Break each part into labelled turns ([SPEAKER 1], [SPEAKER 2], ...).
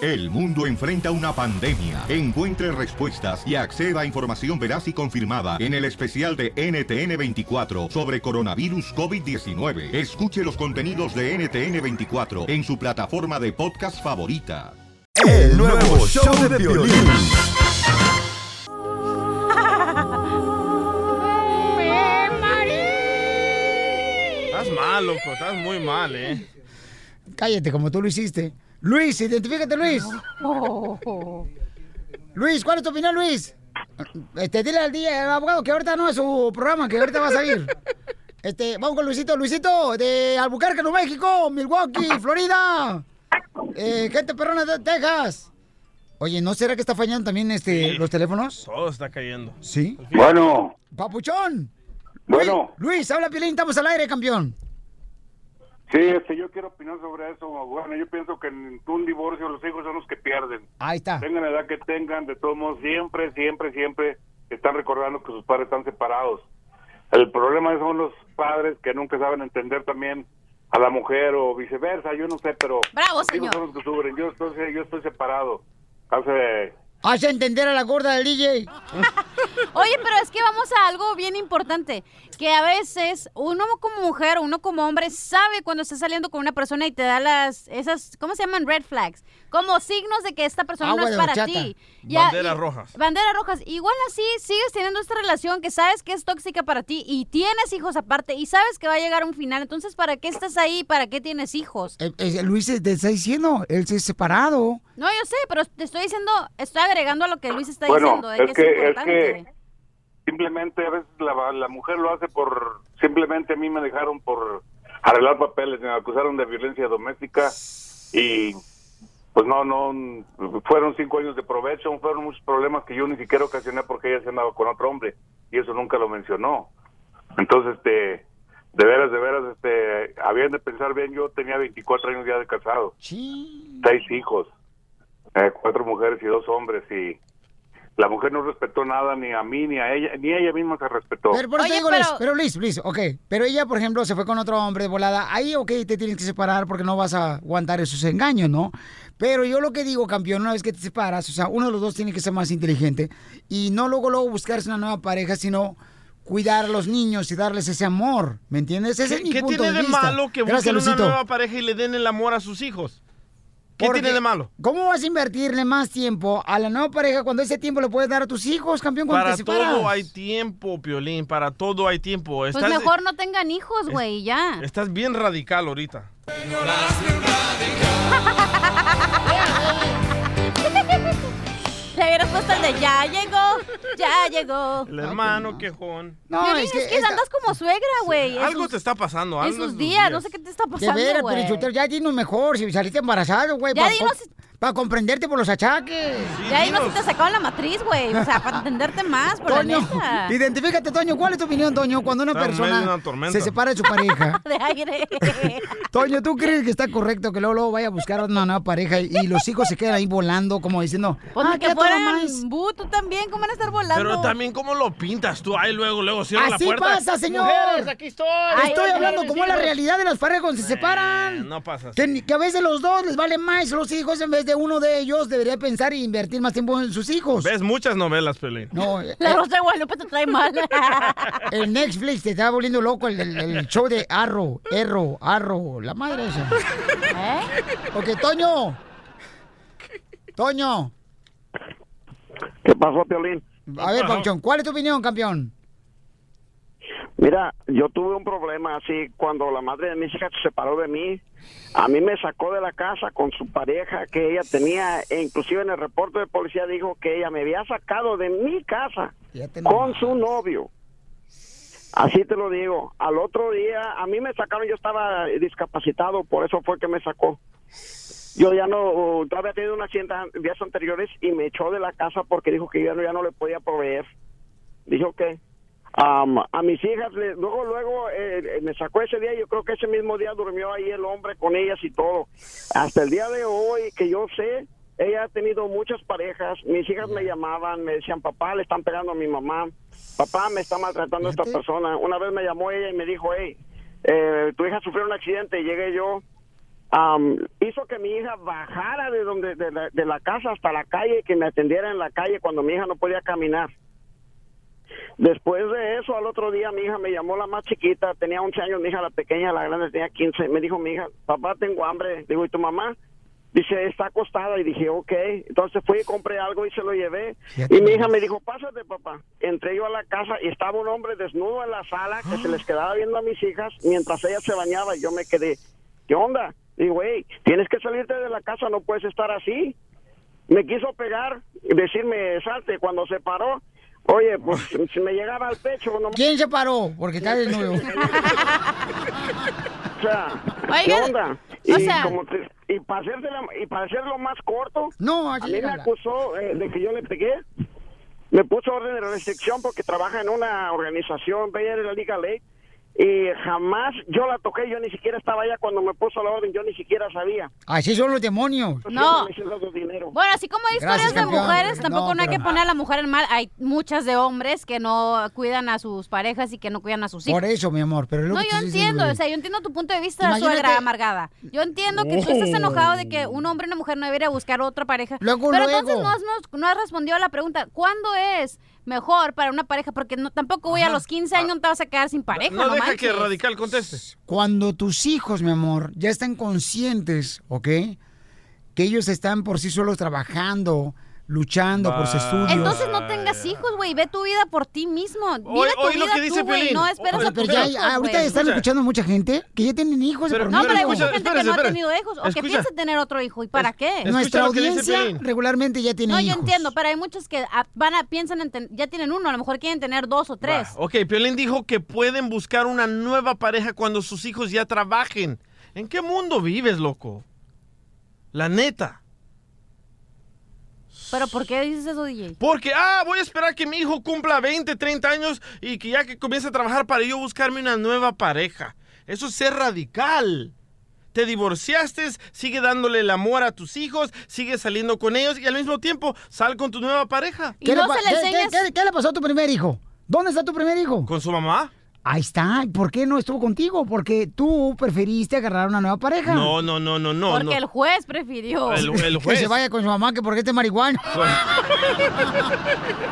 [SPEAKER 1] El mundo enfrenta una pandemia. Encuentre respuestas y acceda a información veraz y confirmada en el especial de NTN24 sobre coronavirus COVID-19. Escuche los contenidos de NTN24 en su plataforma de podcast favorita.
[SPEAKER 2] El nuevo show de violín.
[SPEAKER 3] Estás mal, loco, estás muy mal, ¿eh?
[SPEAKER 4] Cállate, como tú lo hiciste. Luis, identifícate, Luis. Luis, ¿cuál es tu opinión, Luis? Este, dile al día, al abogado, que ahorita no es su programa, que ahorita va a salir. Este, vamos con Luisito, Luisito, de Albuquerque, Nuevo México, Milwaukee, Florida. Eh, gente perrona de Texas. Oye, ¿no será que está fallando también este los teléfonos?
[SPEAKER 3] Todo está cayendo.
[SPEAKER 4] Sí.
[SPEAKER 5] Bueno,
[SPEAKER 4] Papuchón.
[SPEAKER 5] bueno,
[SPEAKER 4] Luis, habla Pilín, estamos al aire, campeón.
[SPEAKER 5] sí, este, yo quiero opinar sobre eso. Bueno, yo pienso que en un divorcio los hijos son los que pierden.
[SPEAKER 4] Ahí
[SPEAKER 2] Ah.
[SPEAKER 4] está.
[SPEAKER 5] Tengan la edad que tengan, de todos modos, siempre, siempre, siempre están recordando que sus padres están separados. El problema son los padres que nunca saben entender también a la mujer o viceversa, yo no sé, pero
[SPEAKER 6] Bravo,
[SPEAKER 5] los hijos
[SPEAKER 6] señor.
[SPEAKER 5] son los que sufren. Yo estoy, yo estoy separado. Hace
[SPEAKER 4] Hace entender a la gorda del DJ.
[SPEAKER 6] Oye, pero es que vamos a algo bien importante, que a veces uno como mujer o uno como hombre sabe cuando está saliendo con una persona y te da las esas ¿cómo se llaman? red flags, como signos de que esta persona
[SPEAKER 3] Agua
[SPEAKER 6] no es
[SPEAKER 3] de
[SPEAKER 6] para
[SPEAKER 3] horchata.
[SPEAKER 6] ti.
[SPEAKER 3] Banderas
[SPEAKER 6] y-
[SPEAKER 3] rojas.
[SPEAKER 6] Banderas rojas. Igual así sigues teniendo esta relación que sabes que es tóxica para ti y tienes hijos aparte y sabes que va a llegar un final, entonces ¿para qué estás ahí? ¿Para qué tienes hijos?
[SPEAKER 4] Eh, eh, Luis te está diciendo, él se es separado.
[SPEAKER 6] No, yo sé, pero te estoy diciendo, estoy agregando a lo que Luis está
[SPEAKER 5] Bueno,
[SPEAKER 6] diciendo, de
[SPEAKER 5] es
[SPEAKER 6] que, es
[SPEAKER 5] que- es que-
[SPEAKER 6] importante.
[SPEAKER 5] simplemente a veces la, la mujer lo hace por simplemente a mí me dejaron por arreglar papeles me acusaron de violencia doméstica y pues no no fueron cinco años de provecho fueron muchos problemas que yo ni siquiera ocasioné porque ella se andaba con otro hombre y eso nunca lo mencionó entonces este de veras de veras este habían de pensar bien yo tenía 24 años ya de casado seis hijos eh, cuatro mujeres y dos hombres y la mujer no respetó nada ni a mí ni a ella ni ella misma se respetó
[SPEAKER 4] Pero por eso te digo, Luis, pero Luis, Luis, ok. Pero ella, por ejemplo, se fue con otro hombre de volada. Ahí, ok, te tienes que separar porque no vas a aguantar esos engaños, ¿no? Pero yo lo que digo, campeón, una vez que te separas, o sea, uno de los dos tiene que ser más inteligente y no luego, luego buscarse una nueva pareja, sino cuidar a los niños y darles ese amor, ¿me entiendes? Pues Ese es mi
[SPEAKER 3] ¿Qué
[SPEAKER 4] punto
[SPEAKER 3] tiene de,
[SPEAKER 4] vista.
[SPEAKER 3] malo que
[SPEAKER 4] Gracias,
[SPEAKER 3] busquen una
[SPEAKER 4] Luisito.
[SPEAKER 3] nueva pareja y le den el amor a sus hijos? ¿Qué
[SPEAKER 4] Porque,
[SPEAKER 3] tiene de malo?
[SPEAKER 4] ¿Cómo vas a invertirle más tiempo a la nueva pareja cuando ese tiempo le puedes dar a tus hijos, campeón, cuando
[SPEAKER 3] Para
[SPEAKER 4] te separas?
[SPEAKER 3] todo hay tiempo, Piolín, para todo hay tiempo.
[SPEAKER 6] Pues
[SPEAKER 3] Estás,
[SPEAKER 6] mejor no tengan hijos, güey, y ya.
[SPEAKER 3] estás bien radical ahorita.
[SPEAKER 6] Le hubieras puesto el de ya llegó, ya llegó.
[SPEAKER 3] El hermano quejón.
[SPEAKER 6] Piolín, es que, andas como suegra, güey. en
[SPEAKER 3] Algo
[SPEAKER 6] sus-
[SPEAKER 3] te está pasando,
[SPEAKER 6] En
[SPEAKER 3] algo
[SPEAKER 6] sus
[SPEAKER 3] en
[SPEAKER 6] días, no sé qué te está
[SPEAKER 4] De veras,
[SPEAKER 6] pasando,
[SPEAKER 4] pero
[SPEAKER 6] güey.
[SPEAKER 4] Sotelo, ya dinos mejor si saliste embarazado, güey.
[SPEAKER 6] Ya
[SPEAKER 4] Para
[SPEAKER 6] dinos-
[SPEAKER 4] comprenderte por los achaques.
[SPEAKER 6] ya ahí no se te sacaron la matriz, güey. O sea, para entenderte más, por la
[SPEAKER 4] Toño,
[SPEAKER 6] neta.
[SPEAKER 4] identifícate, Toño. ¿Cuál es tu opinión, Toño, cuando una
[SPEAKER 3] Está en medio de
[SPEAKER 4] persona
[SPEAKER 3] una tormenta.
[SPEAKER 4] se separa de su pareja?
[SPEAKER 6] De aire.
[SPEAKER 4] Toño, ¿tú crees que está correcto que luego, luego vaya a buscar una nueva pareja y, y los hijos se quedan ahí volando como diciendo,
[SPEAKER 6] Pues
[SPEAKER 4] ah,
[SPEAKER 6] ni
[SPEAKER 4] que
[SPEAKER 6] que fueran
[SPEAKER 4] más?
[SPEAKER 6] bu, tú también, ¿cómo van a estar volando?
[SPEAKER 3] Pero también, ¿cómo lo pintas tú? Ahí luego, luego cierra la
[SPEAKER 4] Así
[SPEAKER 3] puerta.
[SPEAKER 4] pasa, señor.
[SPEAKER 3] Mujeres, aquí estoy.
[SPEAKER 6] Ay,
[SPEAKER 4] Estoy
[SPEAKER 6] no
[SPEAKER 4] hablando
[SPEAKER 6] tienes
[SPEAKER 4] como es la
[SPEAKER 6] hijos.
[SPEAKER 4] realidad de las parejas cuando se
[SPEAKER 3] Eh,
[SPEAKER 4] separan.
[SPEAKER 3] No pasa así.
[SPEAKER 4] Que, ni- que a veces los dos les vale más los hijos en vez de uno de ellos debería pensar e invertir más tiempo en sus hijos.
[SPEAKER 3] Ves muchas novelas, Piolín.
[SPEAKER 4] No,
[SPEAKER 6] La Rosa de Guadalupe te trae mal.
[SPEAKER 4] El Netflix te está volviendo loco el, el- el show de Arro, Erro, Arro, la madre esa.
[SPEAKER 6] ¿Eh?
[SPEAKER 4] Ok, Toño. Toño,
[SPEAKER 7] ¿Qué pasó, Piolín?
[SPEAKER 4] a ver, Pauchón, ¿cuál es tu opinión, campeón?
[SPEAKER 7] Mira, yo tuve un problema así cuando la madre de mis hijas se separó de mí. A mí me sacó de la casa con su pareja que ella tenía, e inclusive en el reporte de policía dijo que ella me había sacado de mi casa
[SPEAKER 4] Fíjate
[SPEAKER 7] con
[SPEAKER 4] nomás.
[SPEAKER 7] su novio. Así te lo digo. Al otro día, a mí me sacaron, yo estaba discapacitado, por eso fue que me sacó. Yo ya no, yo había tenido una hacienda en días anteriores y me echó de la casa porque dijo que yo ya no, ya no le podía proveer. Dijo que am, a mis hijas, le- luego, luego eh, eh, me sacó ese día, yo creo que ese mismo día durmió ahí el hombre con ellas y todo. Hasta el día de hoy, que yo sé, ella ha tenido muchas parejas, mis hijas me llamaban, me decían, papá, le están pegando a mi mamá, papá, me está maltratando esta persona. Una vez me llamó ella y me dijo, hey, eh, tu hija sufrió un accidente, llegué yo,
[SPEAKER 8] Um,
[SPEAKER 7] am, hizo que mi hija bajara de donde de la, de la casa hasta la calle y que me atendiera en la calle cuando mi hija no podía caminar. Después de eso, al otro día mi hija me llamó la más chiquita, tenía 11 años, mi hija la pequeña, la grande tenía 15, me dijo mi hija, papá, tengo hambre, digo, ¿y tu mamá? Dice, está acostada y dije, ok, entonces fui y compré algo y se lo llevé. Y mi hija me dijo, pásate papá. Entré yo a la casa y estaba un hombre desnudo en la sala que se les quedaba viendo a mis hijas mientras ella se bañaba y yo me quedé, ¿qué onda? Digo, hey, tienes que salirte de la casa, no puedes estar así me quiso pegar, decirme salte. Cuando se paró, oye, pues si me llegaba al pecho, no
[SPEAKER 4] ¿Quién se paró? Porque está desnudo.
[SPEAKER 7] o sea, ¿qué
[SPEAKER 4] Oiga,
[SPEAKER 7] onda? Y,
[SPEAKER 4] o sea-
[SPEAKER 7] como te- y para hacérsela- y para hacerlo más corto,
[SPEAKER 4] No,
[SPEAKER 7] a
[SPEAKER 4] aquí
[SPEAKER 7] mí me
[SPEAKER 4] habla.
[SPEAKER 7] acusó eh, de que yo le pegué. Me puso orden de restricción porque trabaja en una organización, veía de la Liga Ley, y jamás yo la toqué, yo ni siquiera estaba allá cuando me puso la orden, yo ni siquiera sabía.
[SPEAKER 4] Así son los demonios.
[SPEAKER 6] No.
[SPEAKER 7] Me hice dado dinero.
[SPEAKER 6] Bueno, así como hay historias
[SPEAKER 4] Gracias,
[SPEAKER 6] de
[SPEAKER 4] campeón.
[SPEAKER 6] mujeres, tampoco no,
[SPEAKER 4] No,
[SPEAKER 6] hay que
[SPEAKER 4] pero-
[SPEAKER 6] poner a la mujer en mal. Hay muchas de hombres que no cuidan a sus parejas y que no cuidan a sus hijos.
[SPEAKER 4] Por eso, mi amor. Pero es lo
[SPEAKER 6] No,
[SPEAKER 4] que
[SPEAKER 6] yo
[SPEAKER 4] te estoy
[SPEAKER 6] entiendo,
[SPEAKER 4] diciendo,
[SPEAKER 6] o sea, yo entiendo tu punto de vista,
[SPEAKER 4] Imagínate- Oh.
[SPEAKER 6] suegra amargada. Yo entiendo que tú estás enojado de que un hombre y una mujer no debería buscar otra pareja.
[SPEAKER 4] Luego,
[SPEAKER 6] pero
[SPEAKER 4] luego.
[SPEAKER 6] entonces no has, no, no has respondido a la pregunta, ¿cuándo es mejor para una pareja? Porque no, tampoco voy a los 15 años te vas a quedar sin pareja, no,
[SPEAKER 3] No deja
[SPEAKER 6] manches.
[SPEAKER 3] que Radical conteste.
[SPEAKER 4] cuando tus hijos, mi amor, ya están conscientes, ¿ok? Que ellos están por sí solos trabajando, luchando por su estudio.
[SPEAKER 6] Entonces no tengas hijos, güey, ve tu vida por ti mismo. Vive
[SPEAKER 3] Oye,
[SPEAKER 6] tu
[SPEAKER 3] oye lo
[SPEAKER 6] vida
[SPEAKER 3] que dice
[SPEAKER 6] tú, güey,
[SPEAKER 3] Piolín.
[SPEAKER 6] no esperes
[SPEAKER 3] Oye,
[SPEAKER 6] a tus
[SPEAKER 4] Pero ya hay-
[SPEAKER 6] hijos,
[SPEAKER 4] ahorita
[SPEAKER 6] güey.
[SPEAKER 4] están
[SPEAKER 3] Escucha.
[SPEAKER 4] escuchando mucha gente que ya tienen hijos. de
[SPEAKER 3] Pero-
[SPEAKER 4] por
[SPEAKER 6] No, pero hay
[SPEAKER 4] medio.
[SPEAKER 6] mucha
[SPEAKER 3] Escucha,
[SPEAKER 6] gente que
[SPEAKER 3] espérese,
[SPEAKER 6] no ha
[SPEAKER 3] espérese.
[SPEAKER 6] tenido hijos o que
[SPEAKER 3] Escucha.
[SPEAKER 6] piensa tener otro hijo. ¿Y para qué?
[SPEAKER 3] escucha
[SPEAKER 4] Nuestra
[SPEAKER 3] lo que dice
[SPEAKER 4] audiencia
[SPEAKER 3] Piolín.
[SPEAKER 4] regularmente ya tiene
[SPEAKER 6] No, yo
[SPEAKER 4] hijos.
[SPEAKER 6] entiendo, pero hay muchos que ah, van a, piensan, en ten- ya tienen uno, a lo mejor quieren tener dos o tres.
[SPEAKER 3] Va. Ok, Piolín dijo que pueden buscar una nueva pareja cuando sus hijos ya trabajen. ¿En qué mundo vives, loco? La neta.
[SPEAKER 6] Pero ¿por qué dices eso, DJ?
[SPEAKER 3] Porque, ah, voy a esperar que mi hijo cumpla 20, 30 años y que ya que comience a trabajar para yo buscarme una nueva pareja. Eso es ser radical. Te divorciaste, sigue dándole el amor a tus hijos, sigue saliendo con ellos y al mismo tiempo sal con tu nueva pareja.
[SPEAKER 6] Y no
[SPEAKER 4] pa-
[SPEAKER 6] se le
[SPEAKER 4] qué-
[SPEAKER 6] enseñas.
[SPEAKER 4] qué- qué- qué le pasó a tu primer hijo? ¿Dónde está tu primer hijo?
[SPEAKER 3] ¿Con su mamá?
[SPEAKER 4] Ahí está. ¿y ¿Por qué no estuvo contigo? Porque tú preferiste agarrar una nueva pareja.
[SPEAKER 3] No, no, no, no, no.
[SPEAKER 6] Porque
[SPEAKER 3] no.
[SPEAKER 6] el juez prefirió.
[SPEAKER 3] El- el
[SPEAKER 4] Que
[SPEAKER 3] juez.
[SPEAKER 4] se vaya con su mamá, que porque este marihuana.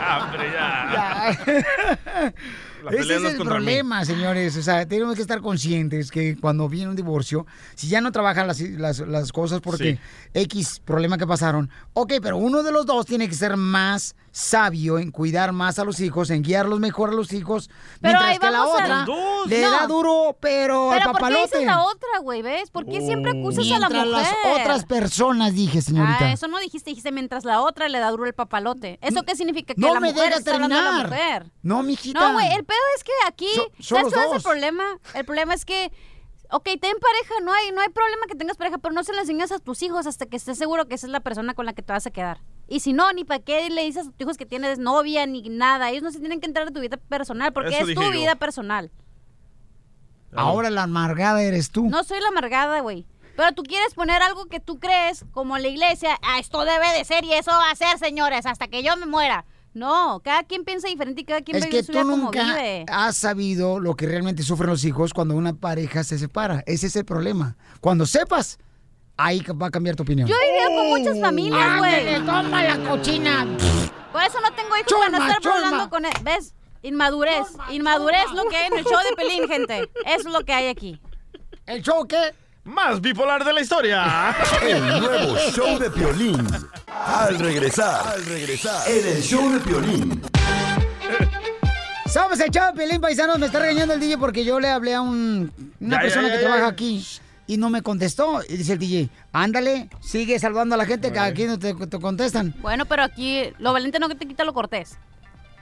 [SPEAKER 3] Ah, hombre, ya. La
[SPEAKER 4] Ese
[SPEAKER 3] pelea
[SPEAKER 4] es
[SPEAKER 3] no es
[SPEAKER 4] el
[SPEAKER 3] contra mí.
[SPEAKER 4] problema, señores. O sea, tenemos que estar conscientes que cuando viene un divorcio, si ya no trabajan las, las- las cosas porque
[SPEAKER 3] Sí.
[SPEAKER 4] X problema que pasaron, ok, pero uno de los dos tiene que ser más sabio en cuidar más a los hijos, en guiarlos mejor a los hijos,
[SPEAKER 6] Pero
[SPEAKER 4] mientras
[SPEAKER 6] ahí
[SPEAKER 4] que la
[SPEAKER 6] vamos a
[SPEAKER 4] otra
[SPEAKER 6] la- Los dos.
[SPEAKER 4] le da
[SPEAKER 6] No.
[SPEAKER 4] duro, pero, al
[SPEAKER 6] Pero ¿por qué
[SPEAKER 4] papalote.
[SPEAKER 6] dices la otra, güey? ¿Ves? ¿Por qué siempre
[SPEAKER 3] Oh.
[SPEAKER 6] acusas a la
[SPEAKER 4] mientras
[SPEAKER 6] mujer?
[SPEAKER 4] las otras personas, dije, señorita.
[SPEAKER 6] Ah, eso no dijiste, dijiste mientras la otra le da duro el papalote. ¿Eso qué significa? Que
[SPEAKER 4] no
[SPEAKER 6] la
[SPEAKER 4] me
[SPEAKER 6] mujer
[SPEAKER 4] dejas
[SPEAKER 6] está hablando de la
[SPEAKER 4] terminar.
[SPEAKER 6] mujer.
[SPEAKER 4] No, mijita.
[SPEAKER 6] No, güey, el pedo es que aquí,
[SPEAKER 4] So- son
[SPEAKER 6] ¿sabes
[SPEAKER 4] los
[SPEAKER 6] cuál es el
[SPEAKER 4] dos.
[SPEAKER 6] problema? El problema es que, ok, ten pareja, no hay, no hay problema que tengas pareja, pero no se la enseñas a tus hijos hasta que estés seguro que esa es la persona con la que te vas a quedar. Y si no, ni para qué le dices a tus hijos que tienes novia ni nada. Ellos no se tienen que entrar a tu vida personal porque
[SPEAKER 3] Eso
[SPEAKER 6] es
[SPEAKER 3] dije
[SPEAKER 6] tu
[SPEAKER 3] yo.
[SPEAKER 6] vida personal.
[SPEAKER 4] Ahora la amargada eres tú.
[SPEAKER 6] No soy la amargada, güey. Pero tú quieres poner algo que tú crees, como la iglesia, ah, esto debe de ser y eso va a ser, señores, hasta que yo me muera. No, cada quien piensa diferente y cada quien
[SPEAKER 4] es
[SPEAKER 6] vive
[SPEAKER 4] que
[SPEAKER 6] su
[SPEAKER 4] tú
[SPEAKER 6] vida como
[SPEAKER 4] nunca
[SPEAKER 6] vive.
[SPEAKER 4] has sabido lo que realmente sufren los hijos cuando una pareja se separa. Ese es el problema. Cuando sepas, ahí ca- va a cambiar tu opinión.
[SPEAKER 6] Yo he vivido con muchas familias, güey.
[SPEAKER 4] Oh. Ah, toma la cochina!
[SPEAKER 6] Por eso no tengo hijos para no
[SPEAKER 4] Chuma,
[SPEAKER 6] estar
[SPEAKER 4] chuma.
[SPEAKER 6] hablando con él. ¿Ves? Inmadurez. Inmadurez lo que hay en el show de Pelín, gente. Eso es lo que hay aquí.
[SPEAKER 4] ¿El show qué?
[SPEAKER 3] Más bipolar de la historia.
[SPEAKER 2] El nuevo show de Piolín. Al regresar, al regresar, en el show de Piolín.
[SPEAKER 4] ¿Sabes el chavo Pelín Paisanos? Me está regañando el DJ porque yo le hablé a un- una
[SPEAKER 3] Ya,
[SPEAKER 4] persona
[SPEAKER 3] ya,
[SPEAKER 4] que
[SPEAKER 3] ya,
[SPEAKER 4] trabaja
[SPEAKER 3] ya.
[SPEAKER 4] aquí y no me contestó. Y dice el DJ, ándale, sigue saludando a la gente que aquí no te, te contestan.
[SPEAKER 6] Bueno, pero aquí lo valiente no te quita lo cortés.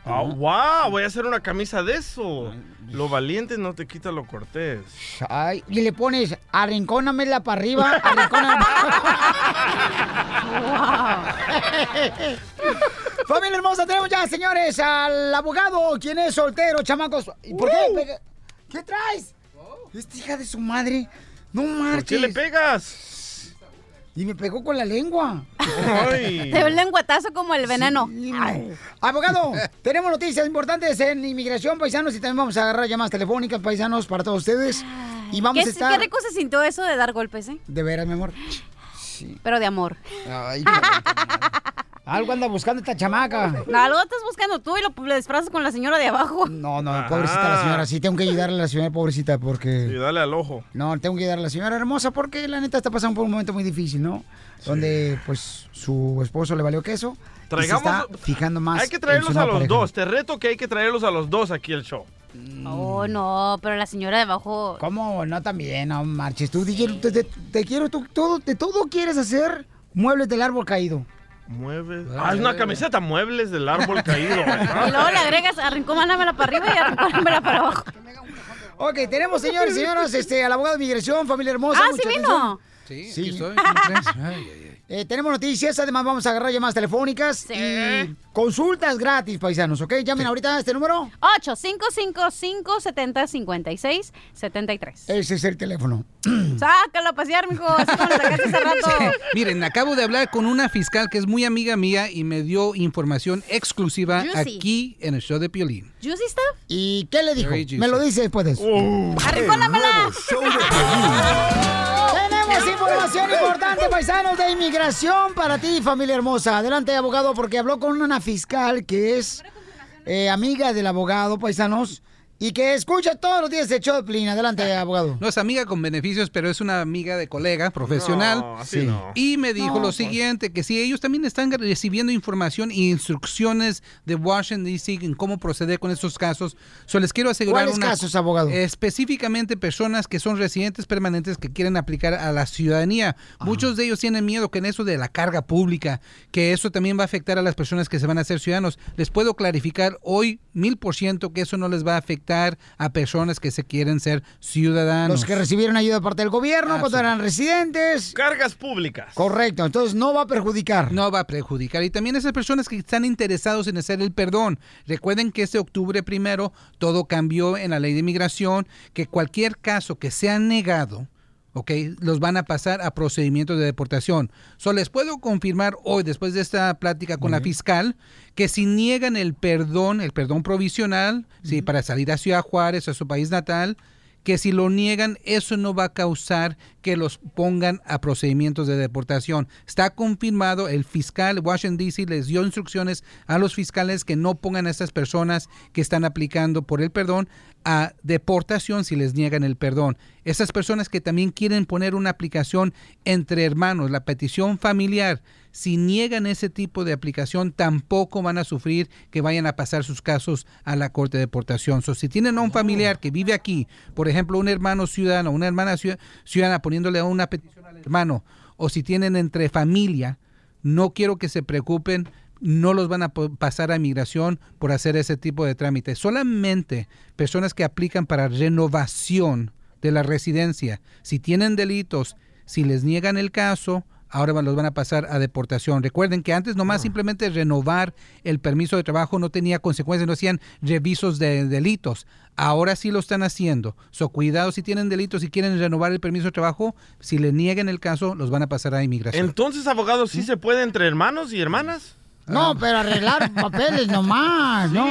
[SPEAKER 3] Ah, wow, voy a hacer una camisa de eso. Lo valiente no te quita lo cortés.
[SPEAKER 4] Ay, y le pones, arrincónamela para arriba, arrincónamela para Familia hermosa, tenemos ya, señores, al abogado, quien es soltero, chamacos. ¿Y por qué
[SPEAKER 3] Uh.
[SPEAKER 4] le pega- ¿Qué traes? Esta hija de su madre. No
[SPEAKER 3] Oh. ¿Por qué
[SPEAKER 4] marches.
[SPEAKER 3] le pegas?
[SPEAKER 4] y me pegó con la lengua.
[SPEAKER 3] Ay.
[SPEAKER 6] Te dio el lenguatazo como el veneno.
[SPEAKER 4] Ay. Abogado, tenemos noticias importantes en inmigración, paisanos, y también vamos a agarrar llamadas telefónicas, paisanos, para todos ustedes. Y vamos
[SPEAKER 6] ¿Qué,
[SPEAKER 4] a estar...
[SPEAKER 6] qué rico se sintió eso de dar golpes, ¿eh?
[SPEAKER 4] De veras, mi amor.
[SPEAKER 6] Pero de amor.
[SPEAKER 4] Ay, Dios mío. Algo anda buscando esta chamaca.
[SPEAKER 6] Algo estás buscando tú y lo, lo disfrazas con la señora de abajo.
[SPEAKER 4] No, no, pobrecita la señora. Sí, tengo que ayudarle a la señora pobrecita porque...
[SPEAKER 3] Ayudarle al ojo.
[SPEAKER 4] No, tengo que ayudar a la señora hermosa porque la neta está pasando por un momento muy difícil, ¿no? Donde pues su esposo le valió queso.
[SPEAKER 3] Traigamos-
[SPEAKER 4] Y se está fijando más.
[SPEAKER 3] Hay que
[SPEAKER 4] en su
[SPEAKER 3] traerlos a
[SPEAKER 4] nueva
[SPEAKER 3] los
[SPEAKER 4] pareja.
[SPEAKER 3] dos. Te reto que hay que traerlos a los dos aquí al show.
[SPEAKER 6] Oh, no, pero la señora de abajo.
[SPEAKER 4] ¿Cómo? No, también, no marches. Tú, DJ, te, te- te quiero, tú, todo, de todo quieres hacer muebles del árbol caído.
[SPEAKER 3] Muebles. Ah, es una camiseta, muebles del árbol caído.
[SPEAKER 6] Y luego le agregas, arrincómanamela para arriba y arrincómanamela para abajo.
[SPEAKER 4] Ok, tenemos, señores y señoras, este, al abogado de migración, familia hermosa.
[SPEAKER 6] Ah,
[SPEAKER 4] mucha
[SPEAKER 6] sí vino.
[SPEAKER 4] atención. Sí, Eh, tenemos noticias, además vamos a agarrar llamadas telefónicas y consultas gratis, paisanos, ¿ok? Llamen ahorita a este número.
[SPEAKER 6] 855-570-5673.
[SPEAKER 4] Ese es el teléfono.
[SPEAKER 6] Sácalo a pasear, mijo. Así como lo sacaste hace rato.
[SPEAKER 9] Miren, acabo de hablar con una fiscal que es muy amiga mía y me dio información exclusiva
[SPEAKER 6] Juicy.
[SPEAKER 9] aquí en el show de Piolín.
[SPEAKER 6] ¿Juicy stuff?
[SPEAKER 4] ¿Y qué le dijo?
[SPEAKER 9] Very juicy.
[SPEAKER 4] Me lo dice después de eso.
[SPEAKER 6] ¡Arrincónamela!
[SPEAKER 4] Tenemos información importante, paisanos de inmigración para ti, familia hermosa. Adelante, abogado, porque habló con una fiscal que es eh, amiga del abogado, paisanos, y que escucha todos los días de Choplin.
[SPEAKER 3] Ah.
[SPEAKER 4] Adelante, abogado.
[SPEAKER 9] No es amiga con beneficios, pero es una amiga de colega profesional.
[SPEAKER 3] No, así
[SPEAKER 4] Sí.
[SPEAKER 3] no.
[SPEAKER 9] Y me dijo
[SPEAKER 6] No,
[SPEAKER 9] lo
[SPEAKER 6] pues.
[SPEAKER 9] siguiente, que si ellos también están recibiendo información e instrucciones de Washington, D.C. en cómo proceder con estos casos, so les quiero asegurar
[SPEAKER 4] ¿Cuáles
[SPEAKER 9] una-
[SPEAKER 4] casos, abogado?
[SPEAKER 9] específicamente personas que son residentes permanentes que quieren aplicar a la ciudadanía. Muchos de ellos tienen miedo que en eso de la carga pública, que eso también va a afectar a las personas que se van a hacer ciudadanos. Les puedo clarificar hoy mil por ciento que eso no les va a afectar a personas que se quieren ser ciudadanos.
[SPEAKER 4] Los que recibieron ayuda de parte del gobierno
[SPEAKER 9] Ah,
[SPEAKER 4] cuando
[SPEAKER 9] sí.
[SPEAKER 4] eran residentes.
[SPEAKER 3] Cargas públicas.
[SPEAKER 4] Correcto, entonces no va a perjudicar.
[SPEAKER 9] No va a perjudicar. Y también esas personas que están interesados en hacer el perdón. Recuerden que este octubre primero todo cambió en la ley de inmigración, que cualquier caso que sea negado, ¿ok? Los van a pasar a procedimientos de deportación. So, les puedo confirmar hoy, después de esta plática con la fiscal, que si niegan el perdón, el perdón provisional, ¿sí? Para salir a Ciudad Juárez, a su país natal, que si lo niegan, eso no va a causar que los pongan a procedimientos de deportación. Está confirmado, el fiscal Washington DC les dio instrucciones a los fiscales que no pongan a estas personas que están aplicando por el perdón a deportación si les niegan el perdón. Esas personas que también quieren poner una aplicación entre hermanos, la petición familiar, si niegan ese tipo de aplicación, tampoco van a sufrir que vayan a pasar sus casos a la corte de deportación. So, si tienen a un familiar que vive aquí, por ejemplo, un hermano ciudadano, una hermana ciu- ciudadana poniéndole una petición al hermano, o si tienen entre familia, no quiero que se preocupen, no los van a po- pasar a inmigración por hacer ese tipo de trámite. Solamente personas que aplican para renovación de la residencia, si tienen delitos, si les niegan el caso, ahora van- los van a pasar a deportación. Recuerden que antes nomás simplemente renovar el permiso de trabajo no tenía consecuencias, no hacían revisos de delitos. Ahora sí lo están haciendo. So, cuidado si tienen delitos y quieren renovar el permiso de trabajo, si le niegan el caso, los van a pasar a inmigración.
[SPEAKER 3] Entonces, abogados, ¿sí se puede entre hermanos y hermanas? Ah.
[SPEAKER 4] No, pero arreglar papeles nomás, ¿no?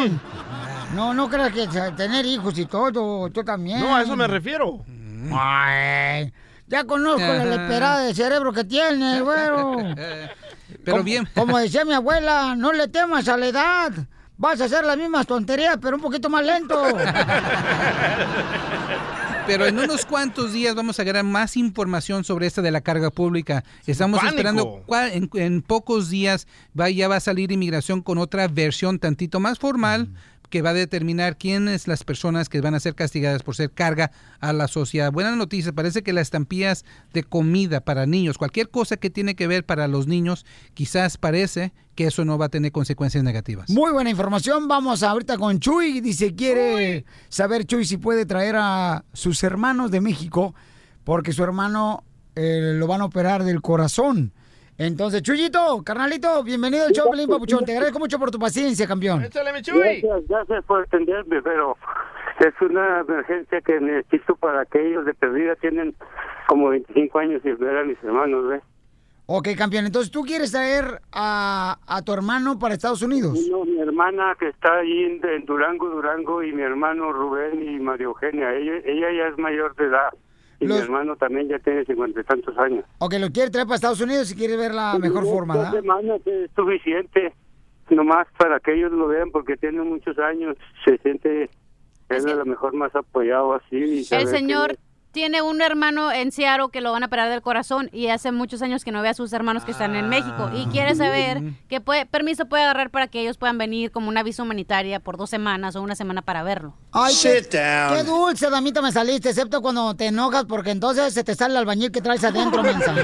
[SPEAKER 4] No, no creas que sa- tener hijos y todo, tú también.
[SPEAKER 3] No, a eso me refiero.
[SPEAKER 4] Ay, ya conozco la
[SPEAKER 9] Ajá.
[SPEAKER 4] leperada de cerebro que tiene, güero.
[SPEAKER 9] Pero
[SPEAKER 4] Como-
[SPEAKER 9] bien,
[SPEAKER 4] Como decía mi abuela, no le temas a la edad. Vas a hacer las mismas tonterías, pero un poquito más lento.
[SPEAKER 9] pero en unos cuantos días vamos a ganar más información sobre esta de la carga pública. Estamos
[SPEAKER 3] Pánico.
[SPEAKER 9] esperando cua- en, en pocos días va, ya va a salir inmigración con otra versión tantito más formal que va a determinar quiénes las personas que van a ser castigadas por ser carga a la sociedad. Buena noticia, parece que las estampillas de comida para niños, cualquier cosa que tiene que ver para los niños, quizás parece que eso no va a tener consecuencias negativas.
[SPEAKER 4] Muy buena información. Vamos ahorita con Chuy. Dice, quiere saber Chuy si puede traer a sus hermanos de México, porque su hermano eh, lo van a operar del corazón. Entonces, Chuyito, carnalito, bienvenido al show, Pelín Papuchón. Te agradezco mucho por tu paciencia, campeón.
[SPEAKER 3] Échale, mi Chuy.
[SPEAKER 8] Gracias, gracias por atenderme, pero es una emergencia que necesito para que ellos de perdida tienen como 25 años y ver a mis hermanos, ¿ves?
[SPEAKER 4] Ok, campeón. Entonces, ¿tú quieres traer a, a tu hermano para Estados Unidos?
[SPEAKER 8] Uno, mi hermana que está ahí en, en Durango, Durango, y mi hermano Rubén y María Eugenia. Ella, ella ya es mayor de edad. Y
[SPEAKER 4] Los-
[SPEAKER 8] mi hermano también ya tiene cincuenta y tantos años.
[SPEAKER 4] Ok, lo quiere traer para Estados Unidos si quiere ver la mejor forma,
[SPEAKER 8] Dos
[SPEAKER 4] ¿da?
[SPEAKER 8] semanas es suficiente, nomás para que ellos lo vean, porque tiene muchos años, se siente, es a lo mejor más apoyado así. y saber
[SPEAKER 6] El
[SPEAKER 8] que-
[SPEAKER 6] señor tiene un hermano en Seattle que lo van a operar del corazón y hace muchos años que no ve a sus hermanos que están en México
[SPEAKER 4] Ah.
[SPEAKER 6] y quiere saber qué puede- permiso puede agarrar para que ellos puedan venir como una visa humanitaria por dos semanas o una semana para verlo.
[SPEAKER 4] Ay,
[SPEAKER 10] Sit
[SPEAKER 4] qué,
[SPEAKER 10] down.
[SPEAKER 4] qué dulce, damita, me saliste, excepto cuando te enojas, porque entonces se te sale el albañil que traes adentro, mensa.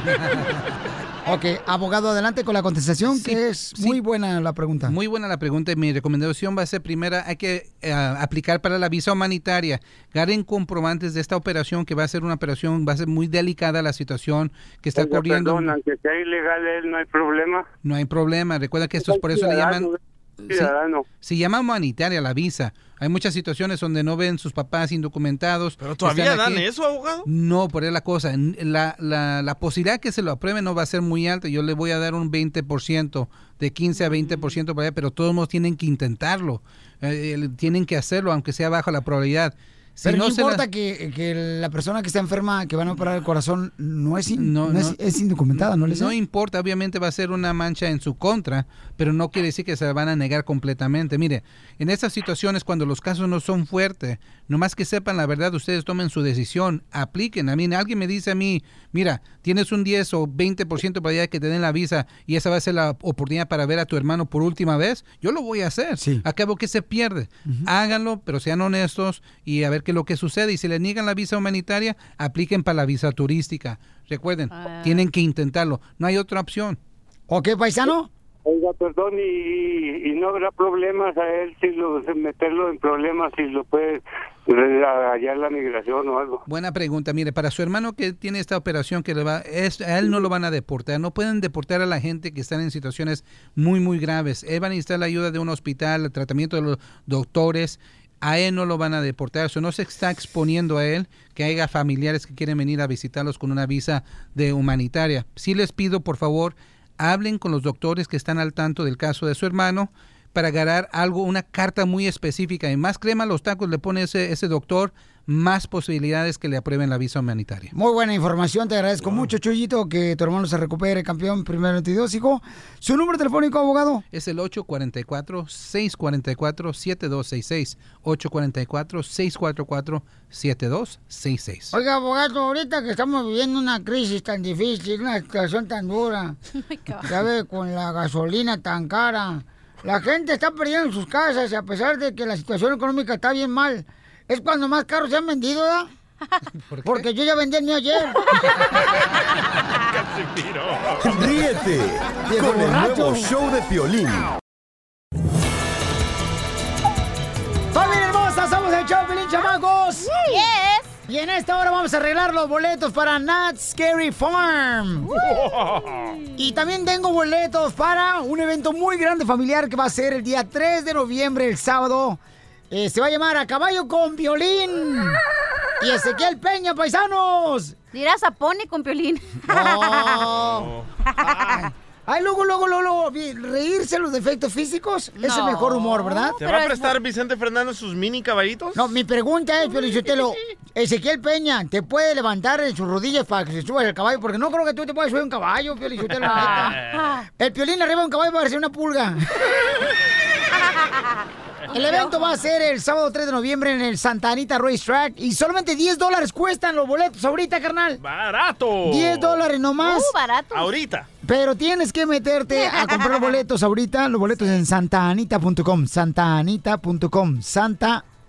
[SPEAKER 4] Ok, abogado, adelante con la contestación, que es muy buena la pregunta.
[SPEAKER 9] Muy buena la pregunta. y Mi recomendación va a ser primera, hay que eh, aplicar para la visa humanitaria. Garen comprobantes de esta operación, que va a ser una operación, va a ser muy delicada la situación que está
[SPEAKER 8] Oiga,
[SPEAKER 9] ocurriendo.
[SPEAKER 8] Perdón, aunque sea ilegal él, no hay problema.
[SPEAKER 9] No hay problema. Recuerda que esto es por eso le llaman...
[SPEAKER 8] Ciudadano, ciudadano.
[SPEAKER 9] Se llama humanitaria la visa. Hay muchas situaciones donde no ven sus papás indocumentados. Pero
[SPEAKER 3] ¿Todavía dan eso, abogado?
[SPEAKER 9] No, por ahí la cosa. N- La, la, la posibilidad que se lo apruebe no va a ser muy alta. Yo le voy a dar un 20%, de 15 a 20% por allá, pero todos nos tienen que intentarlo. Eh, el- tienen que hacerlo, aunque sea bajo la probabilidad. Si
[SPEAKER 4] Pero no,
[SPEAKER 9] se la-
[SPEAKER 4] importa que, que la persona que está enferma, que van a operar el corazón, no es, in- no es,
[SPEAKER 9] no.
[SPEAKER 4] es indocumentada, ¿no les
[SPEAKER 9] No importa, obviamente va a ser una mancha en su contra, pero no quiere decir que se la van a negar completamente. Mire, en estas situaciones cuando los casos no son fuertes, nomás que sepan la verdad, ustedes tomen su decisión, apliquen. A mí, alguien me dice a mí, mira, tienes un 10 o 20% para allá que te den la visa y esa va a ser la oportunidad para ver a tu hermano por última vez, yo lo voy a hacer. Acabo que se pierde. Háganlo, pero sean honestos y a ver qué es lo que sucede. Y si le niegan la visa humanitaria, apliquen para la visa turística. Recuerden, tienen que intentarlo. No hay otra opción.
[SPEAKER 4] Ok, paisano.
[SPEAKER 8] Oiga, perdón, y- y, y no habrá problemas a él si lo, meterlo en problemas, si lo puede eh, hallar la migración o algo.
[SPEAKER 9] Buena pregunta. Mire, para su hermano que tiene esta operación que le va, es, a él no lo van a deportar. No pueden deportar a la gente que están en situaciones muy, muy graves. Él va a necesitar la ayuda de un hospital, el tratamiento de los doctores. A él no lo van a deportar. Eso no se está exponiendo a él que haya familiares que quieren venir a visitarlos con una visa de humanitaria. Sí les pido, por favor, hablen con los doctores que están al tanto del caso de su hermano para ganar algo, una carta muy específica. Y más crema a los tacos le pone ese, ese doctor, más posibilidades que le aprueben la visa humanitaria.
[SPEAKER 4] Muy buena información, te agradezco mucho, Chuyito, que tu hermano se recupere, campeón, primero 22, hijo. ¿Su número telefónico, abogado?
[SPEAKER 9] Es el 844-644-7266. 844-644-7266.
[SPEAKER 4] Oiga, abogado, ahorita que estamos viviendo una crisis tan difícil, una situación tan dura, ya ve, con la gasolina tan cara, la gente está perdiendo sus casas y a pesar de que la situación económica está bien mal. Es cuando más caros se han vendido, ¿verdad? Porque yo ya vendí el mío ayer.
[SPEAKER 2] Ríete con el nuevo
[SPEAKER 4] borracho.
[SPEAKER 2] show de Piolín.
[SPEAKER 4] ¡Familia hermosa! ¡Somos el show, Pelín Chamacos! ¡Yes! Y en esta hora vamos a arreglar los boletos para Not Scary Farm. Y también tengo boletos para un evento muy grande familiar que va a ser el día 3 de noviembre, el sábado. Eh, se va a llamar A Caballo con Violín. Y Ezequiel Peña, paisanos.
[SPEAKER 6] Ah. Dirás a Pony con Piolín.
[SPEAKER 4] Ay, luego, luego, luego, luego, vi- reírse los defectos físicos es el mejor humor, ¿verdad?
[SPEAKER 3] ¿Te va a prestar Vicente Fernández sus mini caballitos?
[SPEAKER 4] No, mi pregunta es, Piolichotelo, Ezequiel Peña, ¿te puede levantar en sus rodillas para que se suba el caballo? Porque no creo que tú te puedas subir a un caballo, Piolichotelo. el Piolín arriba de un caballo va a parecer una pulga. El evento va a ser el sábado 3 de noviembre en el Santa Anita Racetrack y solamente 10 dólares cuestan los boletos ahorita, carnal.
[SPEAKER 3] ¡Barato!
[SPEAKER 4] 10 dólares nomás.
[SPEAKER 6] Uh,
[SPEAKER 3] Ahorita.
[SPEAKER 4] Pero tienes que meterte a comprar los boletos ahorita, los boletos en santaanita.com, santaanita.com,